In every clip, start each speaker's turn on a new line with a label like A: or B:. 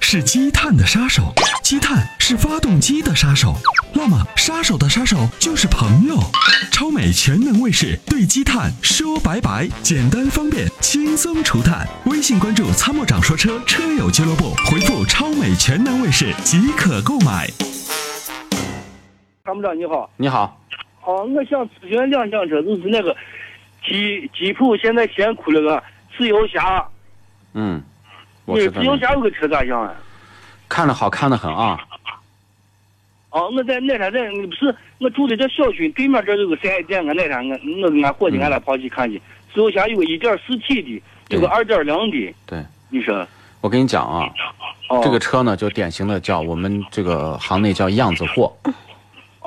A: 是积碳的杀手，积碳是发动机的杀手。那么，杀手的杀手就是朋友。超美全能卫士对积碳说拜拜，简单方便，轻松除碳。微信关注“参谋长说车”车友俱乐部，回复“超美全能卫士”即可购买。
B: 参谋长你好，
C: 你好，
B: 啊，我想咨询两厢车，就是那个吉吉普现在先出了个自由侠，
C: 嗯，我
B: 你
C: 是
B: 自由侠有个车咋样啊？
C: 看着好看的很啊，
B: 啊，我在奶茶镇，不是我住的这小区对面这儿有个四 S 店，我啊奶茶我我跟俺伙计俺俩跑去看
C: 嗯
B: 去，自由侠有个一点四 T 的，有个二点零的，
C: 对
B: 你说？
C: 我跟你讲啊，
B: 哦，
C: 这个车呢就典型的叫我们这个行内叫样子货。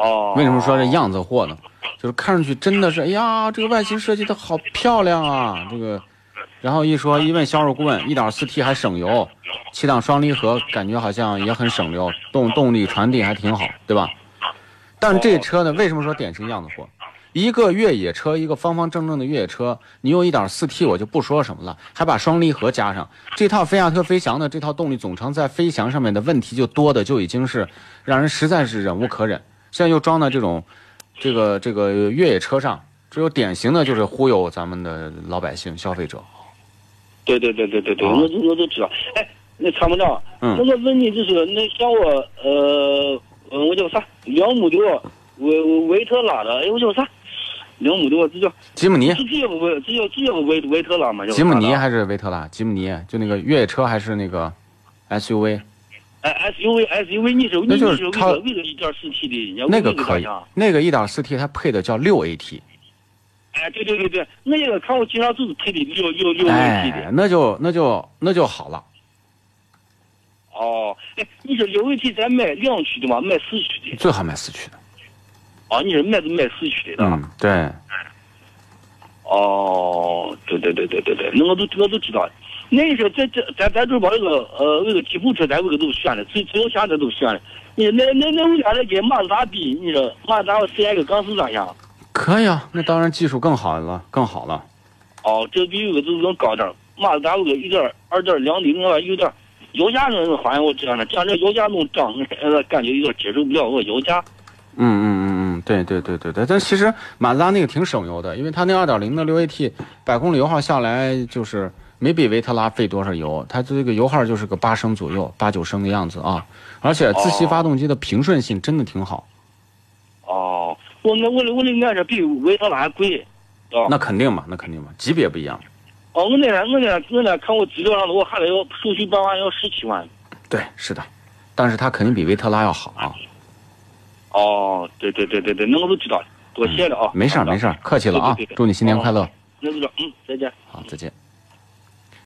B: 哦，
C: 为什么说这样子货呢？就是看上去真的是，哎呀，这个外形设计的好漂亮啊，这个，然后一说一问销售顾问，一点四 T 还省油，七档双离合，感觉好像也很省油，动动力传递还挺好，对吧？但这车呢，为什么说典型样子货？一个越野车，一个方方正正的越野车，你用一点四 T 我就不说什么了，还把双离合加上，这套菲亚特飞翔的这套动力总成在飞翔上面的问题就多的就已经是让人实在是忍无可忍。现在又装到这种，这个这个越野车上，只有典型的就是忽悠咱们的老百姓消费者。
B: 对对对对对对，
C: 啊
B: 我都我都知道。哎，那参谋长，
C: 嗯
B: 那我问你就是，那像我呃，呃我叫啥？两亩的我，维维特拉的，哎，我叫啥？两亩的我这叫
C: 吉姆尼，
B: 这这叫维这叫这叫维维特拉嘛？叫啥
C: 哎吉姆尼
B: 的
C: 还是维特拉？吉姆尼就那个越野车还是那个 SUV？
B: 哎 SUV SUV，你说你
C: 那就是
B: 说为
C: 超
B: 了为了一点四 T 的，人家
C: 那
B: 为
C: 个
B: 了
C: 可
B: 干
C: 以
B: 啥，
C: 那个 1.4T 它配的叫 6AT，
B: 哎，对对对对，我也看我经常就是配的六六六 AT 的
C: 哎。，那就那就那就好了。
B: 哦，哎，你说六 AT 咱买两驱的嘛，买四驱的？
C: 最好买四驱的。
B: 啊，你说买就买四驱的的啊。
C: 嗯，对，
B: 哦，对对对对对对，那我都我都知道。那时候在这咱咱就把这个呃那个吉普车咱这个都选了，最最有钱的都选了。你那那那为啥来跟马自达比？你说马自达 CX 个杠是咋样？
C: 可以啊。那当然技术更好了，更好了。
B: 哦，这比有个就是更高点儿，马自达有个一点二点零的，我有点儿油价呢，好像我这样的，这样这油价弄涨，呃，感觉有点接受不了我油价。
C: 嗯嗯嗯嗯，对对对对对，但其实马自达那个挺省油的，因为它那二点零的六 AT 百公里油耗下来就是没比维特拉费多少油，它这个油耗就是个八升左右，八九升的样子啊。而且自吸发动机的平顺性真的挺好，
B: 哦，我们我的我的俺这比维特拉还贵，哦
C: 那肯定嘛，那肯定嘛，级别不一样。
B: 哦，我那天我那天我那天看我资料上了，我还得要手续办完要十七万。
C: 对，是的，但是它肯定比维特拉要好啊。
B: 哦，对对对对对，那我都知道了，多谢了啊。
C: 嗯没事儿没
B: 事，
C: 事儿，客气了啊
B: 对对对，对
C: 祝你新年快乐。
B: 那就这，嗯，再见。
C: 好，再见。